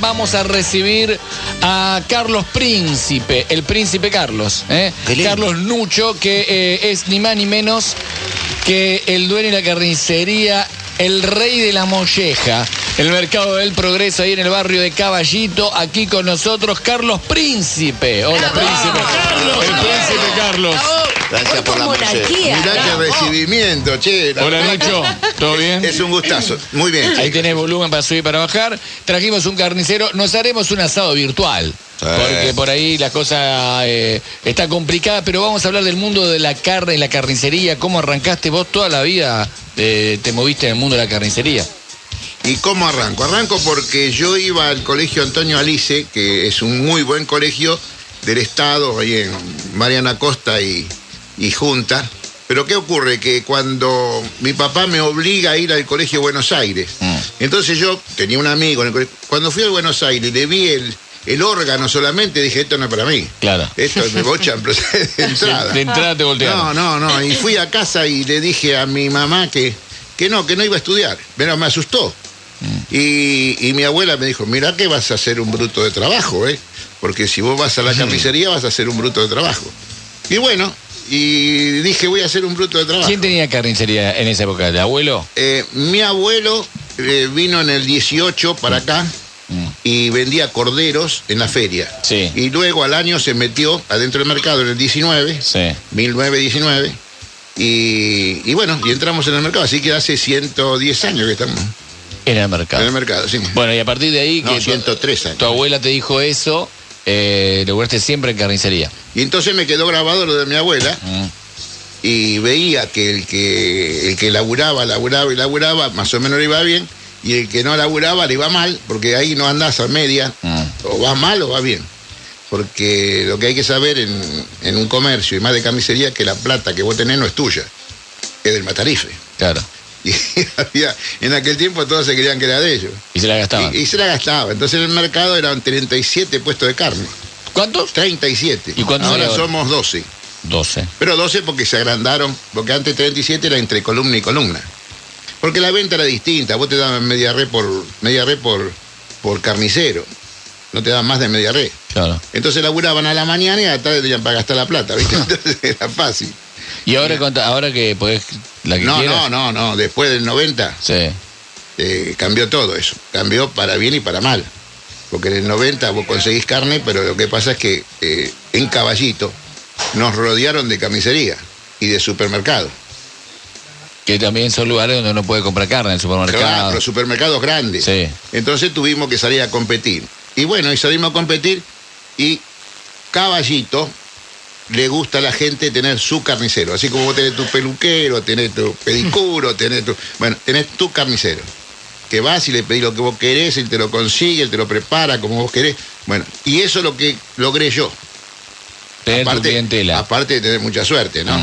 vamos a recibir a Carlos Príncipe, el Príncipe Carlos. ¿eh? Qué lindo. Carlos Nucho, que eh, es ni más ni menos que el dueño de la carnicería, el rey de la molleja. El mercado del progreso ahí en el barrio de Caballito, aquí con nosotros Carlos Príncipe. Hola, Príncipe. Carlos. el Príncipe Carlos. Gracias Hoy por la con monarquía. Mirá qué recibimiento, che. La Hola, verdad que Nacho. ¿Todo bien? Es un gustazo. Muy bien. Ahí chicos. tenés volumen para subir para bajar. Trajimos un carnicero, nos haremos un asado virtual. Sí. Porque por ahí la cosa eh, está complicada, pero vamos a hablar del mundo de la carne, la carnicería, cómo arrancaste vos toda la vida, eh, te moviste en el mundo de la carnicería. ¿Y cómo arranco? Arranco porque yo iba al colegio Antonio Alice, que es un muy buen colegio del Estado, ahí en Mariana Costa y, y Junta. Pero ¿qué ocurre? Que cuando mi papá me obliga a ir al colegio Buenos Aires, Mm. entonces yo tenía un amigo en el colegio. Cuando fui a Buenos Aires, le vi el, el órgano solamente, dije, esto no es para mí. Claro. Esto me bochan pero de entrada. De entrada te voltearon. No, no, no. Y fui a casa y le dije a mi mamá que, que no, que no iba a estudiar. Pero me asustó. Mm. Y, y mi abuela me dijo, mira que vas a ser un bruto de trabajo, ¿eh? Porque si vos vas a Mm. la carnicería vas a ser un bruto de trabajo. Y bueno, y dije, voy a ser un bruto de trabajo. ¿Quién tenía carnicería en esa época? ¿El abuelo? Eh, mi abuelo eh, vino en el 18 para acá Mm. y vendía corderos en la feria. Sí. Y luego al año se metió adentro del mercado en el 19. Sí. 1919. Y, y bueno, y entramos en el mercado, así que hace 110 años que estamos En el en mercado. el mercado, sí. Bueno, y a partir de ahí No, que tu- 103 tu años. abuela te dijo eso, eh, lograste siempre en carnicería. Y entonces me quedó grabado lo de mi abuela Mm. y veía que el que el que laburaba, laburaba y laburaba, más o menos le iba bien, y el que no laburaba le iba mal, porque ahí no andás a media, Mm. o vas mal o vas bien. Porque lo que hay que saber en, en un comercio y más de carnicería es que la plata que vos tenés no es tuya, es del matarife. Claro. Y había- en aquel tiempo todos se creían que era de ellos. Y se la gastaban. Y, y se la gastaba. Entonces en el mercado eran 37 puestos de carne. ¿Cuántos? 37. ¿Y cuántos ahora hay ahora? somos 12. 12. Pero 12 porque se agrandaron, porque antes 37 era entre columna y columna. Porque la venta era distinta. Vos te daban media red por, media red por, por carnicero. No te daban más de media red. Claro. Entonces laburaban a la mañana y a la tarde tenían para gastar la plata, ¿viste? Entonces era fácil. Y ahora, cuánta- ahora que podés la que No, quieras. no, no, no. Después del 90 Sí. eh, cambió todo eso. Cambió para bien y para mal. Porque en el 90 vos conseguís carne, pero lo que pasa es que eh, en Caballito nos rodearon de carnicería y de supermercados. Que también son lugares donde uno puede comprar carne en el Claro, supermercado. los supermercados grandes. Sí. Entonces tuvimos que salir a competir. Y bueno, y salimos a competir y Caballito le gusta a la gente tener su carnicero. Así como vos tenés tu peluquero, tenés tu pedicuro, tenés tu... Bueno, tenés tu carnicero. Que vas y le pedís lo que vos querés, él te lo consigue, él te lo prepara como vos querés. Bueno, y eso es lo que logré yo. Tener tu clientela. Ah. aparte de tener mucha suerte, ¿no?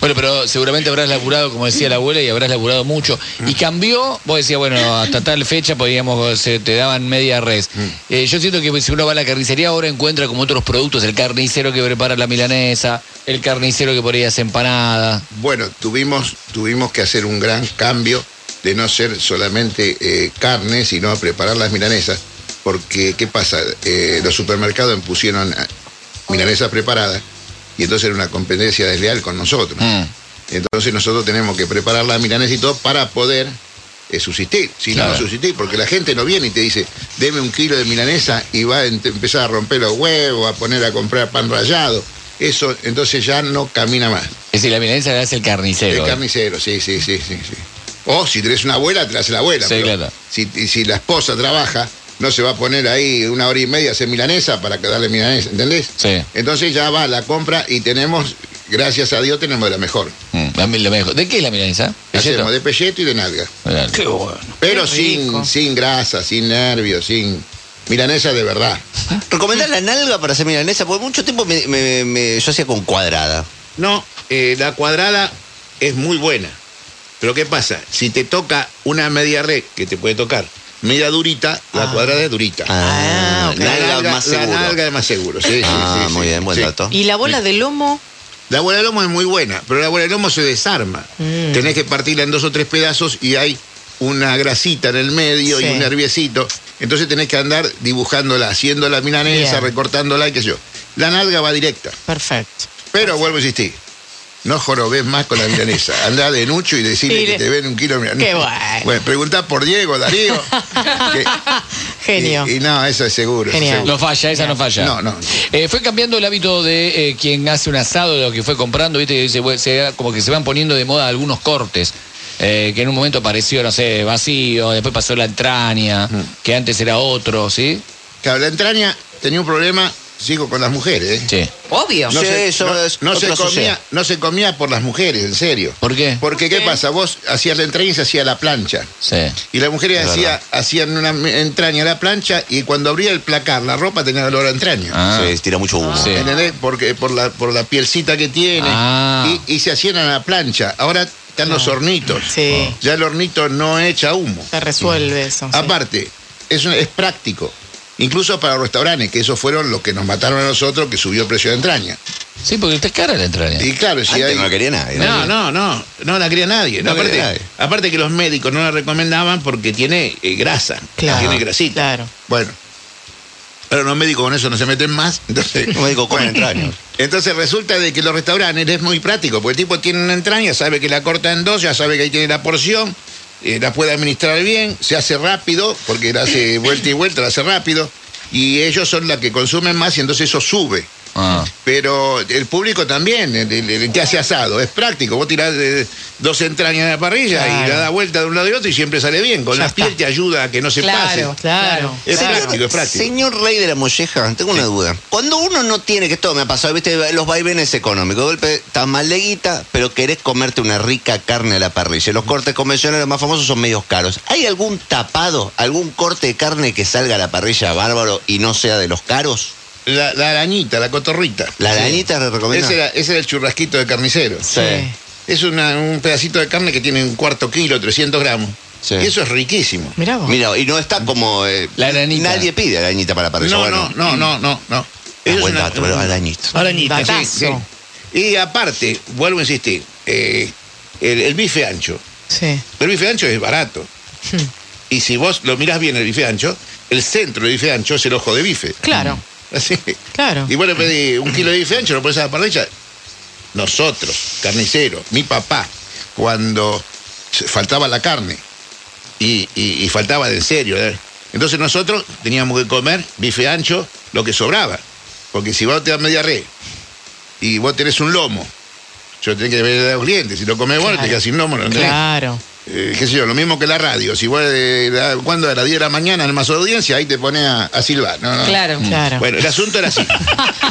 Bueno, pero seguramente habrás laburado, como decía la abuela, y habrás laburado mucho. Mm. Y cambió, vos decías, bueno, hasta tal fecha podíamos, se te daban media res. Mm. Eh, yo siento que si uno va a la carnicería ahora encuentra como otros productos, el carnicero que prepara la milanesa, el carnicero que por ahí hace empanada. Bueno, tuvimos, tuvimos que hacer un gran cambio de no ser solamente eh, carne, sino preparar las milanesas, porque ¿qué pasa? Eh, los supermercados pusieron ah, milanesas preparadas y entonces era una competencia desleal con nosotros. Mm. Entonces nosotros tenemos que preparar las milanesas y todo para poder eh, subsistir, si no, Claro. no subsistir, porque la gente no viene y te dice, deme un kilo de milanesa y va a ent- empezar a romper los huevos, a poner a comprar pan rallado. Eso entonces ya no camina más. Es decir, la milanesa la hace el carnicero. El ¿eh? carnicero, sí, sí, sí, sí, sí. O si tenés una abuela, te la hace la abuela. Sí, pero claro. si, y si la esposa trabaja, no se va a poner ahí una hora y media a hacer milanesa para que darle milanesa, ¿entendés? Sí. Entonces ya va la compra y tenemos, gracias a Dios, tenemos de la mejor. Mm, la mil- la mejor. ¿De qué es la milanesa? Hacemos de pelleto y de nalga. Claro. Qué bueno. Pero Qué sin, rico. sin grasa, sin nervios, sin milanesa de verdad. Recomendar la nalga para hacer milanesa, porque mucho tiempo me- me- me- yo hacía con cuadrada. No, eh, la cuadrada es muy buena. Pero ¿qué pasa? Si te toca una media red, que te puede tocar, media durita, la cuadrada es durita. Ah, ok. La nalga, más la seguro. nalga es más seguro, sí, sí, ah, sí, muy sí, bien, buen sí. dato. ¿Y la bola de lomo? La bola de lomo es muy buena, pero la bola de lomo se desarma. Mm. Tenés que partirla en dos o tres pedazos y hay una grasita en el medio Sí. y un nerviecito. Entonces tenés que andar dibujándola, haciendo la milanesa, Bien. recortándola y qué sé yo. La nalga va directa. Perfecto. Pero vuelvo a insistir. No jorobes más con la milanesa. Andá de Nucho y decirle Y le- que te ven un kilo de milanesa. Qué bueno. preguntá por Diego, Darío. que- Genio. Y, y no, eso es seguro. eso es Genial. seguro. No falla, esa no falla. No, no. Eh, fue cambiando el hábito de eh, quien hace un asado, de lo que fue comprando, viste, que dice, bueno, se- como que se van poniendo de moda algunos cortes. eh, que en un momento apareció, no sé, vacío, después pasó la entraña, que antes era otro, ¿sí? Claro, la entraña tenía un problema, sigo con las mujeres. ¿eh? Sí. Obvio. No, Sí, se, eso no- es no se otra sociedad. comía, no se comía por las mujeres, en serio. ¿Por qué? Porque, ¿qué pasa? Vos hacías la entraña y se hacía la plancha. Sí. Y las mujeres Es hacía- hacían una me- entraña a la plancha y cuando abría el placar, la ropa tenía olor a entraña. Ah. Se estira mucho humo. Sí. ¿Entendés? Porque por la, por la pielcita que tiene. Ah. Y, y se hacían a la plancha. Ahora están los Ah. hornitos. Sí. Ya el hornito no echa humo. Se resuelve eso. sí. Oh. Aparte, es, un- es práctico. Incluso para los restaurantes, que esos fueron los que nos mataron a nosotros, que subió el precio de entraña. Sí, porque está cara la entraña. Y claro, si Antes hay... no la quería nadie. No, no, no, no la quería nadie. No la aparte, quería nadie. aparte que los médicos no la recomendaban porque tiene eh, grasa, Claro. tiene grasita. Claro. Bueno, pero los médicos con eso no se meten más, entonces... Un médico come entrañas. Entonces resulta de que los restaurantes es muy práctico, porque el tipo tiene una entraña, sabe que la corta en dos, ya sabe que ahí tiene la porción, eh, la puede administrar bien, se hace rápido, porque la hace vuelta y vuelta, la hace rápido, y ellos son los que consumen más y entonces eso sube. Ah. Pero el público también, el, el- el que hace asado, es práctico. Vos tirás eh, dos entrañas de la parrilla y Claro. la da vuelta de un lado y otro y siempre sale bien. Con Ya la piel está. te ayuda a que no se pase. Claro, claro. Es claro. práctico, es práctico. Señor Rey de la Molleja, tengo una duda. Cuando uno no tiene, que esto me ha pasado, viste, los vaivenes económicos, de golpe estás mal de guita, pero querés comerte una rica carne a la parrilla. Mm. Los cortes convencionales más famosos son medios caros. ¿Hay algún tapado, algún corte de carne que salga a la parrilla bárbaro y no sea de los caros? La, la arañita, la cotorrita. La arañita le recomienda. Ese era, ese era el churrasquito de carnicero. Sí. Es una- un pedacito de carne que tiene un cuarto kilo, 300 gramos. Sí. Y eso es riquísimo. Mirá vos. Mira, y no está como. eh, La arañita. Nadie pide arañita para la parrilla. No, bueno, no, no, no, no, no. Ah, Eso es buen una- dato, pero arañita. Arañita. Sí, sí. Datazo. Y aparte, vuelvo a insistir, eh, el- el bife ancho. Sí. El bife ancho es barato. Hmm. Y si vos lo mirás bien el bife ancho, el centro del bife ancho es el ojo de bife. Claro. Así. Claro. Mm. Y vos le pedís un kilo de bife ancho, lo pones a la parrilla. Nosotros, carniceros, mi papá, cuando se- faltaba la carne y, y- y faltaba de en serio. ¿eh? Entonces nosotros teníamos que comer bife ancho lo que sobraba. Porque si vos te das media red y vos tenés un lomo, yo tenés que ver a los clientes. Si lo comés vos, Claro. te quedas sin lomo. No tenés. Claro. Eh, qué sé yo, lo mismo que la radio. Si vos, eh, la- cuando a las 10 de la mañana en más audiencia, ahí te pone a, a silbar. No, no. Claro. Claro. Bueno, el asunto era así.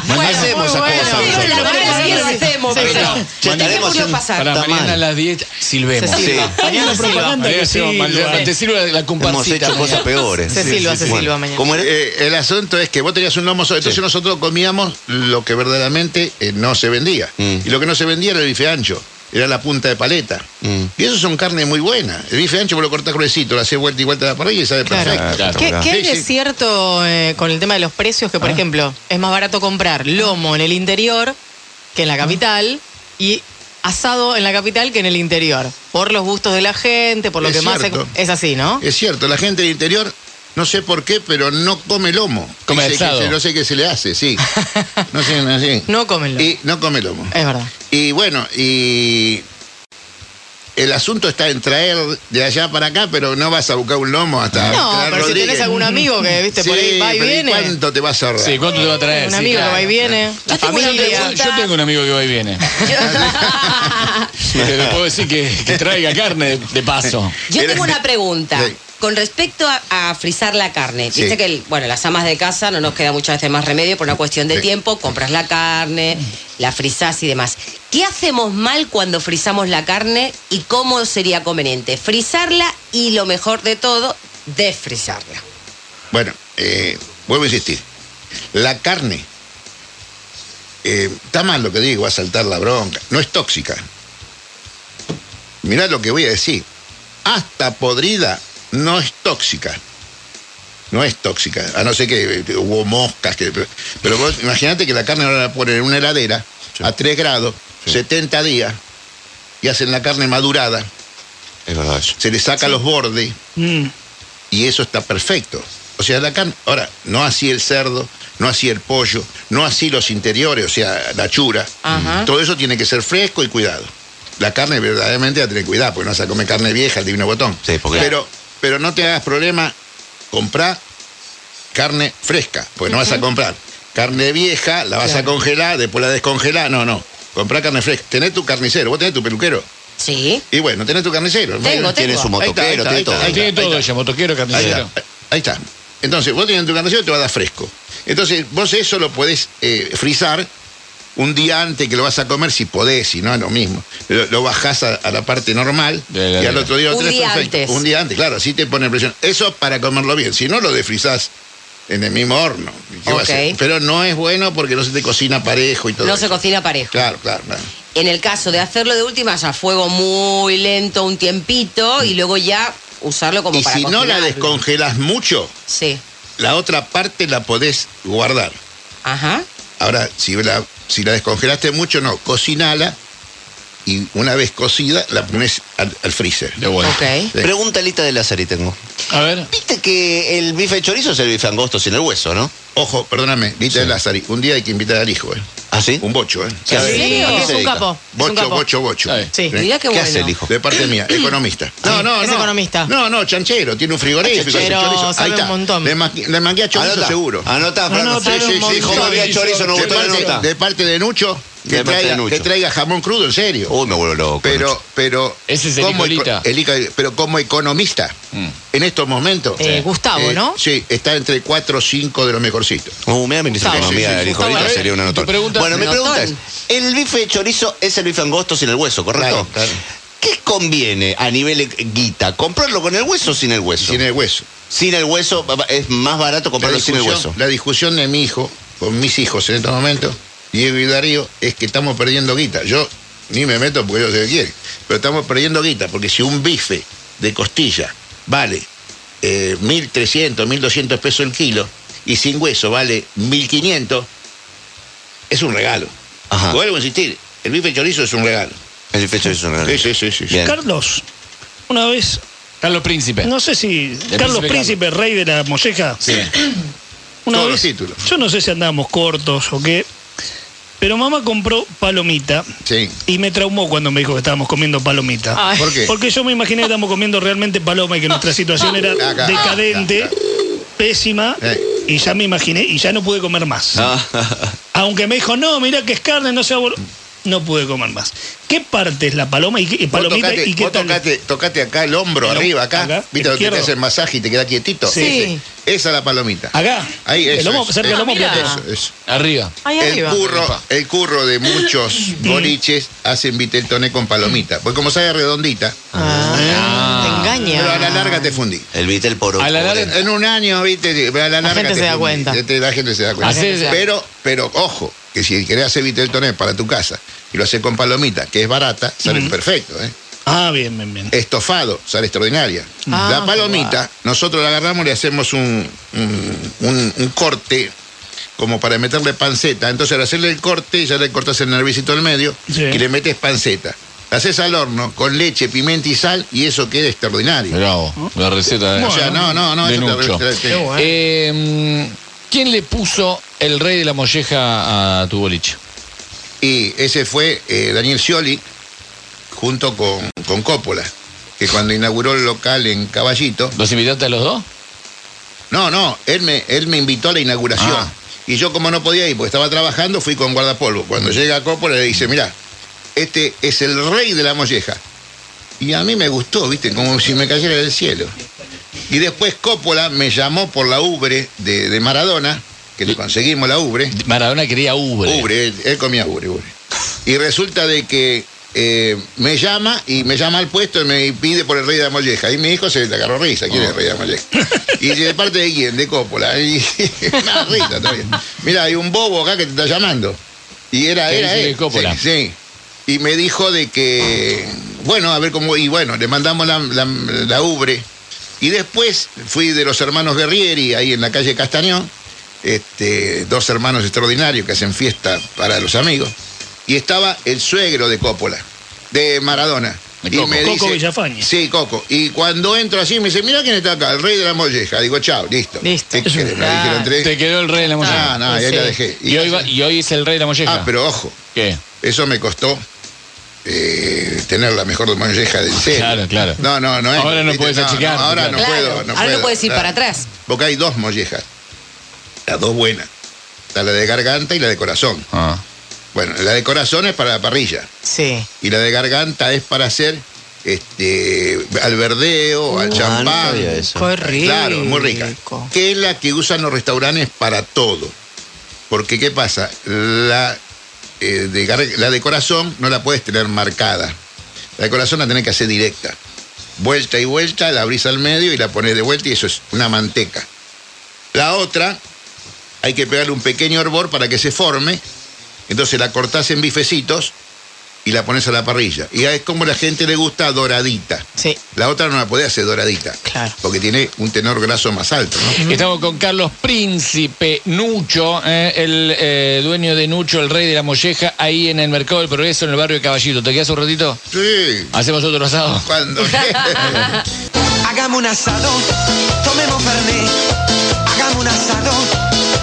Bueno, hacemos esa bueno. Pero cosa Pero nosotros. la verdad es que lo hacemos, Sí, pero sí. Ya ¿qué estaremos pudo en- pasar? Para Está mañana mal. a las 10 silbemos. Se Sí. silba. Mañana propaganda Mañana hacemos- mañana- Te sirve la, la Hemos comparsita. hecho cosas mañana. peores. Se Sí, silba, sí, se sí. silba Bueno, mañana. ¿Cómo era? Eh, el asunto es que vos tenías un lomo solo, entonces nosotros comíamos lo que verdaderamente eh, no se vendía. Mm. Y lo que no se vendía era el bife ancho, era la punta de paleta. Mm. Y eso son carnes muy buenas. El bife ancho vos lo cortás gruesito, lo haces vuelta y vuelta a la parrilla y sabe Claro. perfecto. Claro. ¿Qué, qué hay Sí, Ah. de sí. cierto eh, con el tema de los precios? Que, por ejemplo, es más barato comprar lomo en el interior que en Ah. la capital y asado en la capital que en el interior. Por los gustos de la gente, por lo Es que más... se- cierto. Eh, es así, ¿no? Es cierto, la gente del interior, no sé por qué, pero no come lomo. Come Dice que asado. se- No sé qué se le hace, sí. No sé, no sé. No comen lomo. Y no come lomo. Es verdad. Y bueno, y el asunto está en traer de allá para acá, pero no vas a buscar un lomo hasta. No, General pero si tenés Rodríguez. algún amigo que, viste, por ahí Sí, va y pero eh, viene. ¿Cuánto te vas a ahorrar? Sí, ¿cuánto te va a traer? Un Sí, amigo claro. que va y viene. La Yo tengo una familia. pregunta. Yo tengo un amigo que va y viene. Te lo puedo decir que, que traiga carne de, de paso. Yo tengo una pregunta. Sí. Con respecto a, a frizar la carne, Sí. viste que, el- bueno, las amas de casa no nos queda muchas veces más remedio por una cuestión de Sí. tiempo, compras la carne, la frizás y demás. ¿Qué hacemos mal cuando frizamos la carne y cómo sería conveniente frizarla y lo mejor de todo, desfrizarla? Bueno, eh, vuelvo a insistir. La carne. eh, está mal lo que digo, va a saltar la bronca. No es tóxica. Mirá lo que voy a decir. Hasta podrida no es tóxica. No es tóxica. A no ser que eh, hubo moscas. Que, pero vos imaginate que la carne ahora la ponen en una heladera a 3 grados, 70 días, y hacen la carne madurada Es verdad eso. se le saca los bordes y eso está perfecto. O sea, la carne, ahora, no así el cerdo, no así el pollo, no así los interiores, o sea, la chura. Mm. Ajá. Todo eso tiene que ser fresco y cuidado. La carne verdaderamente a tener cuidado, porque no vas a comer carne vieja, el divino botón. Sí, porque- Pero, pero no te hagas problema, comprá carne fresca, pues no vas a comprar carne vieja, la vas a Claro. congelar, después la descongelar, no, no. Comprá carne fresca. Tenés tu carnicero, vos tenés tu peluquero. Sí. Y bueno, tenés tu carnicero. Tengo, Tiene tengo. su motoquero, Ahí tiene está, todo. ahí está, ahí Tiene está. todo ella, motoquero, Ahí carnicero. está. Ahí está. Entonces, vos tenés tu carnicero te va a dar fresco. Entonces, vos eso lo podés eh, frizar un día antes que lo vas a comer, si podés, si no, es lo mismo. Lo, lo bajás a, a la parte normal De la y al heladera. otro día lo Un tenés día perfecto. antes. Un día antes, claro, así te pone presión. Eso para comerlo bien. Si no, lo desfrizás en el mismo horno. ¿Qué va a Ok. hacer? Pero no es bueno porque no se te cocina parejo y todo No se eso. cocina parejo. Claro, claro, claro. En el caso de hacerlo de última, ya fuego muy lento un tiempito y luego ya usarlo como Mm. Y para si no la cocinarlo. descongelas mucho, Sí. la otra parte la podés guardar. Ajá. Ahora, si la, si la descongelaste mucho, no, cocinala y una vez cocida la pones al, al freezer. De vuelta. Ok. Sí. Pregunta lista de Lazari tengo. A ver. Viste que el bife chorizo es el bife angosto sin el hueso, ¿no? Ojo, perdóname, Lita de Lázari, un día hay que invitar al hijo, ¿eh? ¿Ah, sí? Un bocho, ¿eh? ¿Qué hace? ¿En serio? ¿A qué Es se un dedica? capo. Es un Bocho, capo. bocho, bocho. ¿Eh? Ay. Sí. Mirá qué ¿Qué bueno. hace el hijo? De parte mía, economista. No, no, no. Mm. es economista. No, no, chanchero, tiene un frigorífico. hace Chanchero, chorizo. sabe Ahí está. un montón. Le, maqui- le mangué a chorizo Anota, seguro. Anota, Anota, Franco. Sí, sí, sí, Dijo, sí, "Mangué sí, chorizo, no de, gustó la nota. parte, de parte de Nucho, De que parte de traiga, Nucho. que traiga jamón crudo, en serio. Uy, me vuelvo loco. pero, Nacho. pero. Ese es el como hijo Lita. eco- el hijo- pero como economista, Mm. en estos momentos. Eh, Sí. Gustavo, eh, ¿no? Sí, está entre 4 o 5 de los mejorcitos. Uh, mira, ministro de Gustavo, Economía, sí, sí, el hijo Gustavo, Lita a ver, sería una tu nota. pregunta- Bueno, mi Notón. pregunta es, el bife de chorizo es el bife angosto sin el hueso, ¿correcto? Claro, claro. ¿Qué conviene a nivel eh, guita? ¿Comprarlo con el hueso o sin el hueso? Tiene hueso. Sin el hueso va- va- es más barato La comprarlo sin el hueso. discusión, la discusión de mi hijo, con mis hijos en estos momentos, Diego y Darío, es que estamos perdiendo guita. Yo ni me meto porque yo sé qué quiere, pero estamos perdiendo guita, porque si un bife de costilla vale eh, 1.300, 1.200 pesos el kilo, y sin hueso vale 1.500, es un regalo. Ajá. Vuelvo a insistir, el bife chorizo es un regalo. El bife de chorizo es una Sí, sí, sí, sí. sí. Bien. Carlos, una vez, Carlos Príncipe. no sé si El Carlos príncipe Príncipe, rey de la molleja, Sí. una Todos vez, los títulos. yo no sé si andábamos cortos o qué, pero mamá compró palomita Sí. y me traumó cuando me dijo que estábamos comiendo palomita. Ay. ¿Por qué? Porque yo me imaginé que estábamos comiendo realmente paloma y que nuestra situación era Acá, decadente, acá. pésima, Eh. y ya me imaginé y ya no pude comer más. Ah, Aunque me dijo, no, mirá que es carne, no sea bol-". No pude comer más. ¿Qué parte es la paloma y qué, y Vos palomita tocate, y qué vos tal? tocate, tocate acá el hombro, El hom- arriba, acá. acá, ¿Viste donde te izquierdo. hace el masaje y te queda quietito? Sí. Ese- Esa es la palomita. Acá. Ahí, El eso, lomo- eso, cerca del eso, lomo Ah, mira. plateado. eso, eso. Arriba. Ahí El arriba. curro, el curro de muchos boliches hacen viteltoné con palomita. Pues como sale redondita, Ah, te engaña. pero a la larga te fundí. El vitel por A la larga- En un año, viste, a la larga te gente se da fundí. cuenta. Este, La gente se da cuenta. Hacés- pero, pero ojo, que si querés hacer viteltoné para tu casa y lo haces con palomita, que es barata, salen perfectos, ¿eh? Ah, bien, bien, bien. estofado, sale extraordinaria. Ah, la palomita, nosotros la agarramos y le hacemos un, un- un- un corte como para meterle panceta. Entonces al hacerle el corte, ya le cortas el nervicito al medio Sí. y le metes panceta. La haces al horno con leche, pimienta y sal y eso queda extraordinario. Bravo. La receta de. o sea, no, no, no, de eso te- Nucho. te- te- bueno. Eh, ¿Quién le puso el rey de la molleja a tu boliche? Y ese fue eh, Daniel Scioli junto con, con Coppola, que cuando inauguró el local en Caballito, ¿Los invitaste a los dos? No, no, él me, él me invitó a la inauguración. Ah. Y yo como no podía ir, porque estaba trabajando, fui con guardapolvo. Cuando llega Coppola le dice, mirá, este es el rey de la molleja. Y a mí me gustó, viste, como si me cayera del cielo. Y después Coppola me llamó por la ubre de, de Maradona, que le conseguimos la ubre. Maradona quería ubre. Ubre, él, él comía ubre, ubre. Y resulta de que eh, me llama y me llama al puesto y me pide por el rey de la molleja. Y mi hijo se le agarró risa, ¿quién es el rey de la molleja? Y dice, ¿de parte de quién? De Coppola. Y una risa también. Mira, hay un bobo acá que te está llamando. Y era, Que era dice que él. es Coppola. Sí, sí. Y me dijo de que, bueno, a ver cómo, y bueno, le mandamos la, la- la ubre. Y después fui de los hermanos Guerrieri, ahí en la calle Castañón, este, dos hermanos extraordinarios que hacen fiesta para los amigos. Y estaba el suegro de Coppola, de Maradona. Y Coco. me Coco dice, Villafañe. Sí, Coco. Y cuando entro así, me dice, mira quién está acá, el rey de la molleja. Digo, chao, listo. ¿Qué Listo. querés? Me la dijeron tres. Te quedó el rey de la molleja. Ah, no, y ahí Sí. la dejé. y, hoy va- y hoy es el rey de la molleja. Ah, pero ojo, ¿Qué? eso me costó eh, tener la mejor molleja del serio. Claro, claro. No, no, no es. Ahora no ¿viste? puedes achicar, no, ahora no claro. puedo. No Ahora puedo, no puedes ir claro. para atrás. Porque hay dos mollejas. Las dos buenas. Está la de garganta y la de corazón. Ah. Bueno, la de corazón es para la parrilla. Sí. Y la de garganta es para hacer este, al verdeo, Ah, al champán. no sabía eso. Qué rico. Eh, Claro, muy rica. Que es la que usan los restaurantes para todo. Porque, ¿qué pasa? La, eh, de, gar- la de corazón no la puedes tener marcada. La de corazón la tenés que hacer directa. Vuelta y vuelta, la abrís al medio y la pones de vuelta y eso es una manteca. La otra, hay que pegarle un pequeño hervor para que se forme. Entonces la cortás en bifecitos y la pones a la parrilla. Y es como la gente le gusta doradita. Sí. La otra no la podés hacer doradita. Claro. Porque tiene un tenor graso más alto, ¿no? Estamos con Carlos Príncipe Nucho, eh, el eh, dueño de Nucho, el rey de la molleja, ahí en el Mercado del Progreso, en el barrio de Caballito. ¿Te quedas un ratito? Sí. ¿Hacemos otro asado? Cuando Hagamos un asado, tomemos fernet. Hagamos un asado,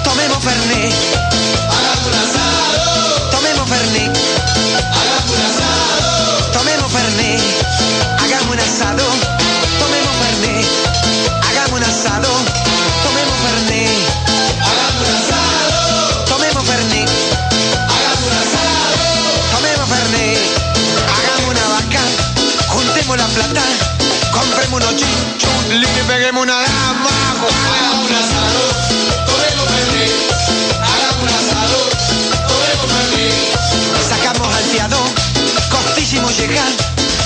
tomemos fernet. Hagamos un asado, tomemos fernet. Hagamos un asado, tomemos fernet. Hagamos un asado, tomemos fernet. Hagamos un asado, tomemos fernet. Hagamos un asado, tomemos fernet. Tomemos Fernet, hagamos una vaca, juntemos la plata, compremos unos chinchulis y peguemos una lama. Hagamos un asado, tomemos Fernet, hagamos un asado, tomemos Fernet. Sacamos al fiado, costísimo llegar,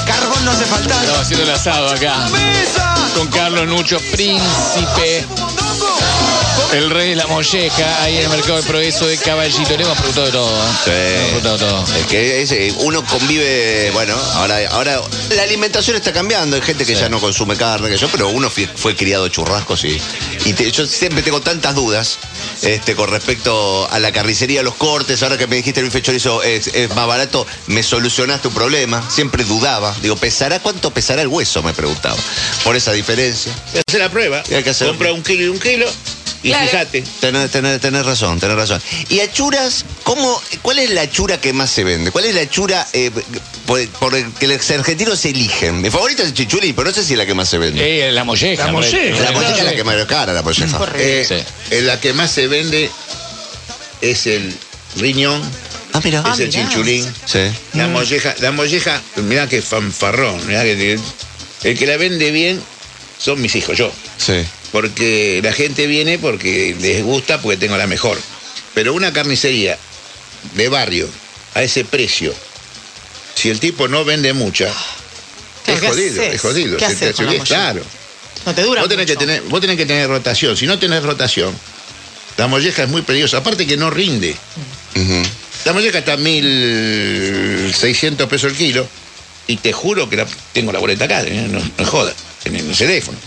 carbón no hace falta. Estamos haciendo el asado acá. ¡Mesa! Con Carlos Nucho, príncipe, ¡Hacemos mondongo! el rey de la molleja, ahí en el mercado del progreso de Caballito. Le hemos preguntado de todo. ¿eh? Sí. Le hemos preguntado de todo. Es que es- uno convive, bueno, ahora, ahora la alimentación está cambiando, hay gente que ya no consume carne, que yo, pero uno fui- fue criado churrascos y, y te- yo siempre tengo tantas dudas este, con respecto a la carnicería, los cortes, ahora que me dijiste Luis Fechorizo es, es más barato, me solucionaste un problema, siempre dudaba, digo, ¿pesará cuánto pesará el hueso? Me preguntaba, por esa diferencia. Hace la prueba. Hay que hacer- Compra un kilo y un kilo. Y Claro. fíjate. Tenés, tenés- tenés razón, tenés razón. ¿Y achuras? ¿Cómo, ¿Cuál es la achura que más se vende? ¿Cuál es la achura eh, por, por el que los argentinos eligen? Mi favorita es el chichuli, pero no sé si es la que más se vende. Eh, la molleja. La rey. molleja. la molleja es la que más es cara, la molleja. Eh, Sí. eh, la que más se vende es el riñón, Ah, mira. es el chinchulín. Sí. La molleja, la molleja, mirá que fanfarrón, mirá que el que la vende bien son mis hijos, yo. Sí. Porque la gente viene porque les gusta, porque tengo la mejor. Pero una carnicería de barrio a ese precio, si el tipo no vende mucha, Claro, es ¿qué jodido, haces? es jodido. ¿Qué Se te haces con la subís, molleja? claro. No te dura Vos tenés, que mucho. tener, vos tenés que tener rotación. Si no tenés rotación, la molleja es muy peligrosa. Aparte que no rinde. Ujú. La molleja está a 1.600 pesos el kilo. Y te juro que la, tengo la boleta acá, eh, no, no jodas, en el teléfono.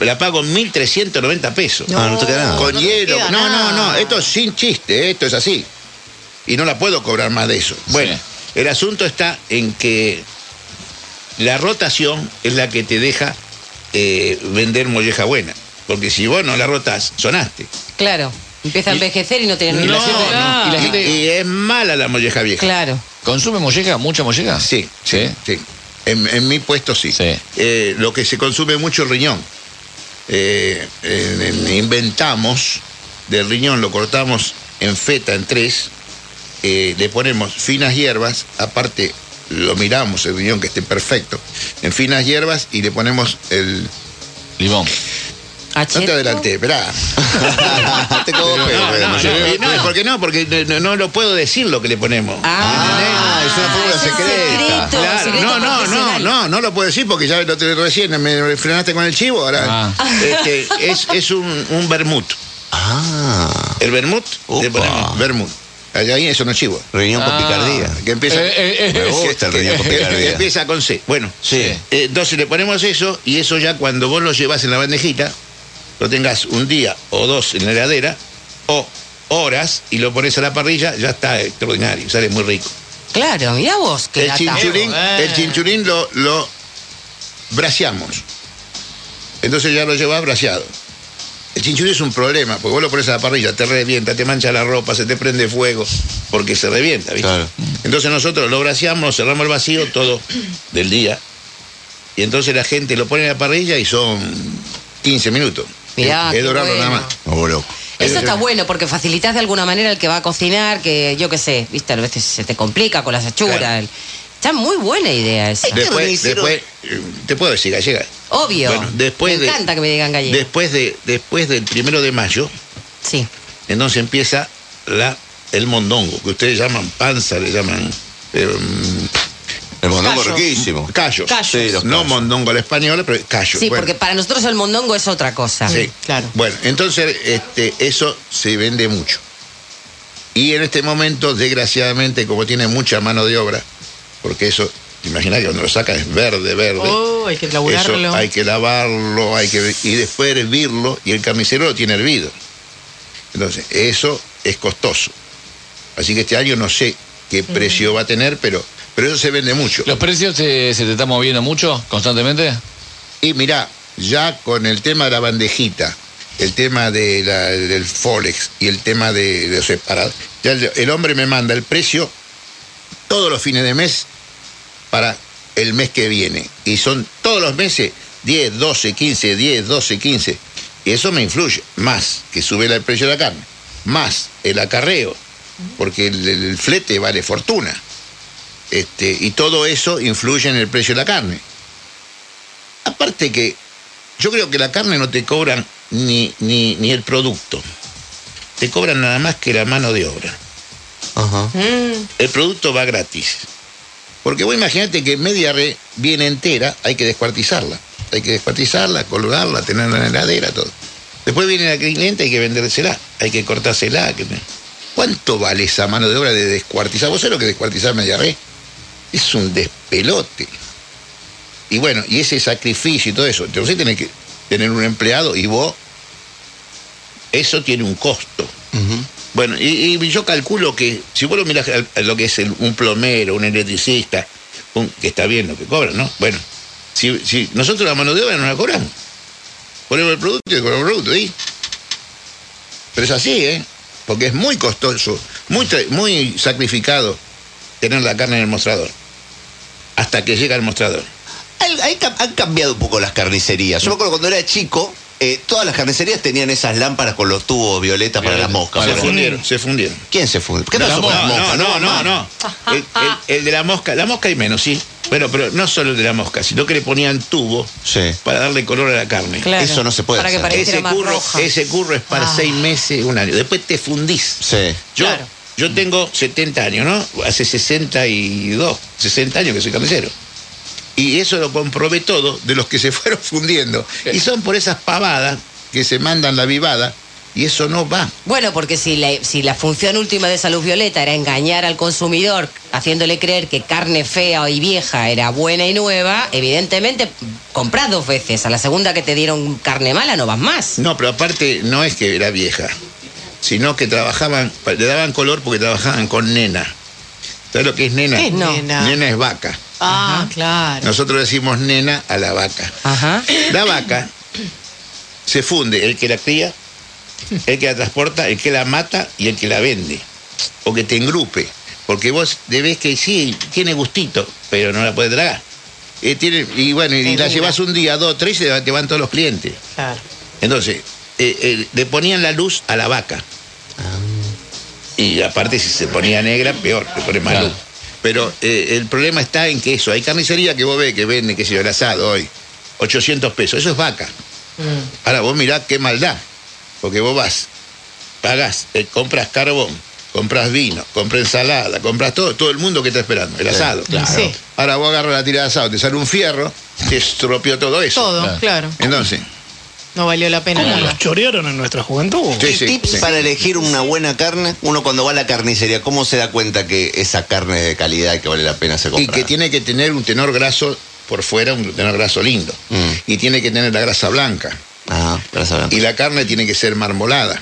La pago 1.390 pesos. Ah, no te queda nada. Con no te hielo. queda No, no, no. nada. Esto es sin chiste. eh, Esto es así. Y no la puedo cobrar más de eso. Bueno, el asunto está en que la rotación es la que te deja eh, vender molleja buena. Porque si vos no la rotás, sonaste. Claro. Empieza a envejecer y no tiene Y ni la gente, y la Y- gente y es mala la molleja vieja. Claro. consume molleja, mucha molleja. Sí, sí, sí. En, en mi puesto sí. Sí. Eh, lo que se consume mucho es riñón. Eh, eh, eh, inventamos del riñón, lo cortamos en feta, en tres, eh, le ponemos finas hierbas, aparte lo miramos el riñón que esté perfecto, en finas hierbas y le ponemos el... Limón. No te Acheto. adelanté, esperá. te cago pedo, No, pedo, no, molleja. no, no, ¿Por qué no? Porque no- no, no lo puedo decir lo que le ponemos. Ah, es una fórmula es un secreta. secreto, Claro, secreto no, no, no, profesional. no, no lo puedo decir porque ya lo te recién, me frenaste con el chivo, ahora. Ah. Este, es, es un, un vermut. Ah, El vermut, le Opa. ponemos vermut. Allá ahí eso no es chivo. reunión con Ah. picardía. Que empieza, Eh, eh, eh. Me gusta el que- riñón con que- que picardía. empieza con C. Bueno, Sí. eh, entonces le ponemos eso y eso ya cuando vos lo llevas en la bandejita, lo tengas un día o dos en la heladera o horas y lo pones a la parrilla, ya está extraordinario, sale muy rico. Claro, mirá vos. Qué El data. chinchulín, Eh. el chinchulín lo, lo braseamos. Entonces ya lo llevas braseado. El chinchulín es un problema, porque vos lo pones a la parrilla, te revienta, te mancha la ropa, se te prende fuego, porque se revienta, ¿viste? Claro. Entonces nosotros lo braseamos, cerramos el vacío todo del día, y entonces la gente lo pone en la parrilla y son 15 minutos. Mirá, es qué dorarlo nada bueno. más. Oh, loco. Eso está bueno porque facilitas de alguna manera el que va a cocinar, que yo qué sé, viste, a veces se te complica con las achuras. Claro. el- Está muy buena idea esa. Ay, qué Después, carnicero. después, eh, te puedo decir, gallega. Obvio. Bueno, después me de- encanta que me digan gallego. Después, de, después del primero de mayo, Sí. entonces empieza la, el mondongo, que ustedes llaman panza, le llaman eh, El mondongo Callo. riquísimo. callo. Callos. Sí, los no callos. mondongo al español, pero callo. Sí, bueno. porque para nosotros el mondongo es otra cosa. Sí. Claro. Bueno, entonces este, eso se vende mucho. Y en este momento, desgraciadamente, como tiene mucha mano de obra, porque eso, imagina que cuando lo sacas es verde, verde. Oh, hay que Eso laburarlo. hay que lavarlo, hay que y después hervirlo y el carnicero lo tiene hervido. Entonces, eso es costoso. Así que este año no sé qué precio va a tener, pero pero eso se vende mucho. ¿Los precios eh, se te están moviendo mucho constantemente? Y mirá, ya con el tema de la bandejita, el tema de la- del Forex y el tema de, de separar, ya el, el hombre me manda el precio todos los fines de mes para el mes que viene. Y son todos los meses 10, 12, 15, 10, 12, 15. Y eso me influye. Más que sube el precio de la carne. Más el acarreo. Porque el, el flete vale fortuna. Este, y todo eso influye en el precio de la carne. Aparte que yo creo que la carne no te cobran ni, ni, ni el producto. Te cobran nada más que la mano de obra. Ajá. El producto va gratis. Porque vos imaginate que media re viene entera, hay que descuartizarla. Hay que descuartizarla, colgarla, tenerla en la heladera, todo. Después viene la cliente, hay que vendérsela, hay que cortársela. que- ¿Cuánto vale esa mano de obra de descuartizar? ¿Vos sabés lo que es descuartizar media re? Es un despelote. Y bueno, y ese sacrificio y todo eso. Entonces tenés que tener un empleado y vos, eso tiene un costo. Bueno, y, y yo calculo que si vos lo mirás al- a lo que es el- un plomero, un electricista, un- que está bien lo que cobran, ¿no? Bueno, si, si nosotros la mano de obra no la cobramos. Ponemos el producto y cobramos el producto, ¿sí? Pero es así, ¿eh? Porque es muy costoso, muy, tra- muy sacrificado tener la carne en el mostrador. Hasta que llega el mostrador. Al- hay cam- han cambiado un poco las carnicerías. Yo me acuerdo cuando era chico, eh, todas las carnicerías tenían esas lámparas con los tubos violeta para las moscas. Se Por ejemplo. fundieron, se fundieron. ¿Quién se fue? ¿Qué pasó No, con las moscas? no, no, no, man. no. El, el- el de la mosca, la mosca y menos, sí. Bueno, pero no solo el de la mosca, sino que le ponían tubo Sí. para darle color a la carne. Claro. Eso no se puede Para que hacer. parezca Ese más curro, roja. ese curro es para Ah. seis meses, un año. Después te fundís. Sí. Yo, Claro. yo tengo 70 años, ¿no? Hace 62, 60 años que soy carnicero. Y eso lo comprobé todo de los que se fueron fundiendo. Y son por esas pavadas que se mandan la vivada y eso no va. Bueno, porque si la, si la función última de esa luz violeta era engañar al consumidor, haciéndole creer que carne fea y vieja era buena y nueva, evidentemente compras dos veces. A la segunda que te dieron carne mala no vas más. No, pero aparte no es que era vieja, sino que trabajaban, le daban color porque trabajaban con nena. ¿Sabes lo que es nena? ¿Qué es No. nena? Nena es vaca. Ah, claro. Nosotros decimos nena a la vaca. Ajá. La vaca se funde el que la cría, el que la transporta, el que la mata y el que la vende. O que te engrupe. Porque vos debes que sí, tiene gustito, pero no la puedes tragar. Eh, tiene- y bueno, y Es la dura. llevas un día, dos, tres y te van todos los clientes. Claro. Entonces, eh, eh, le ponían la luz a la vaca. Ah. Y aparte, si se ponía negra, peor, le ponen más Claro. luz. Pero eh, el problema está en que eso, hay carnicería que vos ves que venden, qué sé yo, el asado hoy, 800 pesos, eso es vaca. Mm. Ahora vos mirá qué maldad, porque vos vas, pagás, eh, compras carbón, compras vino, compras ensalada, compras todo, todo el mundo que está esperando, el asado. claro. Sí. Ahora vos agarras la tira de asado, te sale un fierro, te estropeó todo eso. Todo, Claro. claro. Entonces, No valió la pena. ¿Cómo nada. nos chorearon en nuestra juventud? sí, sí, Tips sí. para elegir una buena carne. Uno cuando va a la carnicería, ¿cómo se da cuenta que esa carne es de calidad y que vale la pena se Y comprar? que tiene que tener un tenor graso por fuera, un tenor graso lindo. Mm. Y tiene que tener la grasa blanca. Ah, para saber. Y la carne tiene que ser marmolada.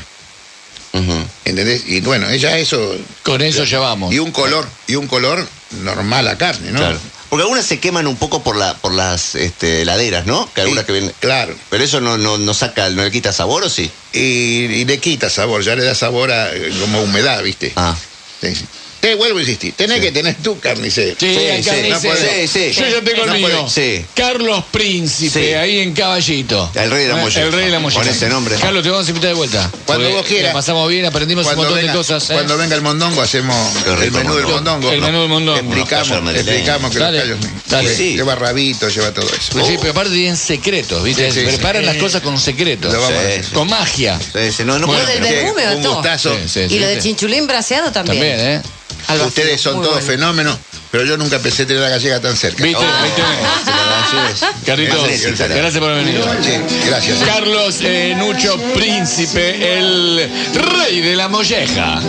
Ujú. ¿Entendés? Y bueno, ella eso. Con eso ya vamos. Y un color, y un color normal a carne, ¿no? Claro. Porque algunas se queman un poco por la, por las este, heladeras, ¿no? Que algunas Sí, que vienen. Claro. Pero eso no, no, no saca, no le quita sabor o sí. Y, y le quita sabor, ya le da sabor a eh, como a humedad, ¿viste? Ah. Sí, sí. Te vuelvo a insistir, tenés que tener tu carnicero. Sí, Sí, el sí, carnicero. no puede- sí, sí. Yo ya tengo el No mío. puede- sí. Carlos Príncipe, Sí. ahí en Caballito. Ah, El rey de la mollera. El rey de la mollera. Con ese nombre. Carlos, te vamos a invitar de vuelta. Cuando Porque vos quieras. la pasamos bien, aprendimos un montón venga, de cosas. ¿eh? cuando venga el mondongo hacemos Qué rico el menú del mondongo. mondongo. El menú del mondongo. Unos Explicamos, callos explicamos que los Dale, callos- dale. Pues que Sí. Lleva rabito, lleva todo eso. Sí, pero aparte tienen secretos, ¿viste? Uh. Sí, sí, Preparan sí. las cosas con secretos. Lo vamos a Sí, hacer. sí. Con magia. Sí, sí, no, no Bueno, puede- del Che, Bermúdeo, un todo. gustazo. Sí, sí, y lo de ¿viste? chinchulín braseado también. También, ¿eh? Al vacío, Ustedes son muy todos bueno. fenómenos, pero yo nunca pensé tener la gallega tan cerca. ¿Viste? ¿Viste? Carlitos, Andrés, sí, claro. gracias por haber venido. Sí, gracias. Carlos eh, Nucho Príncipe, el rey de la molleja.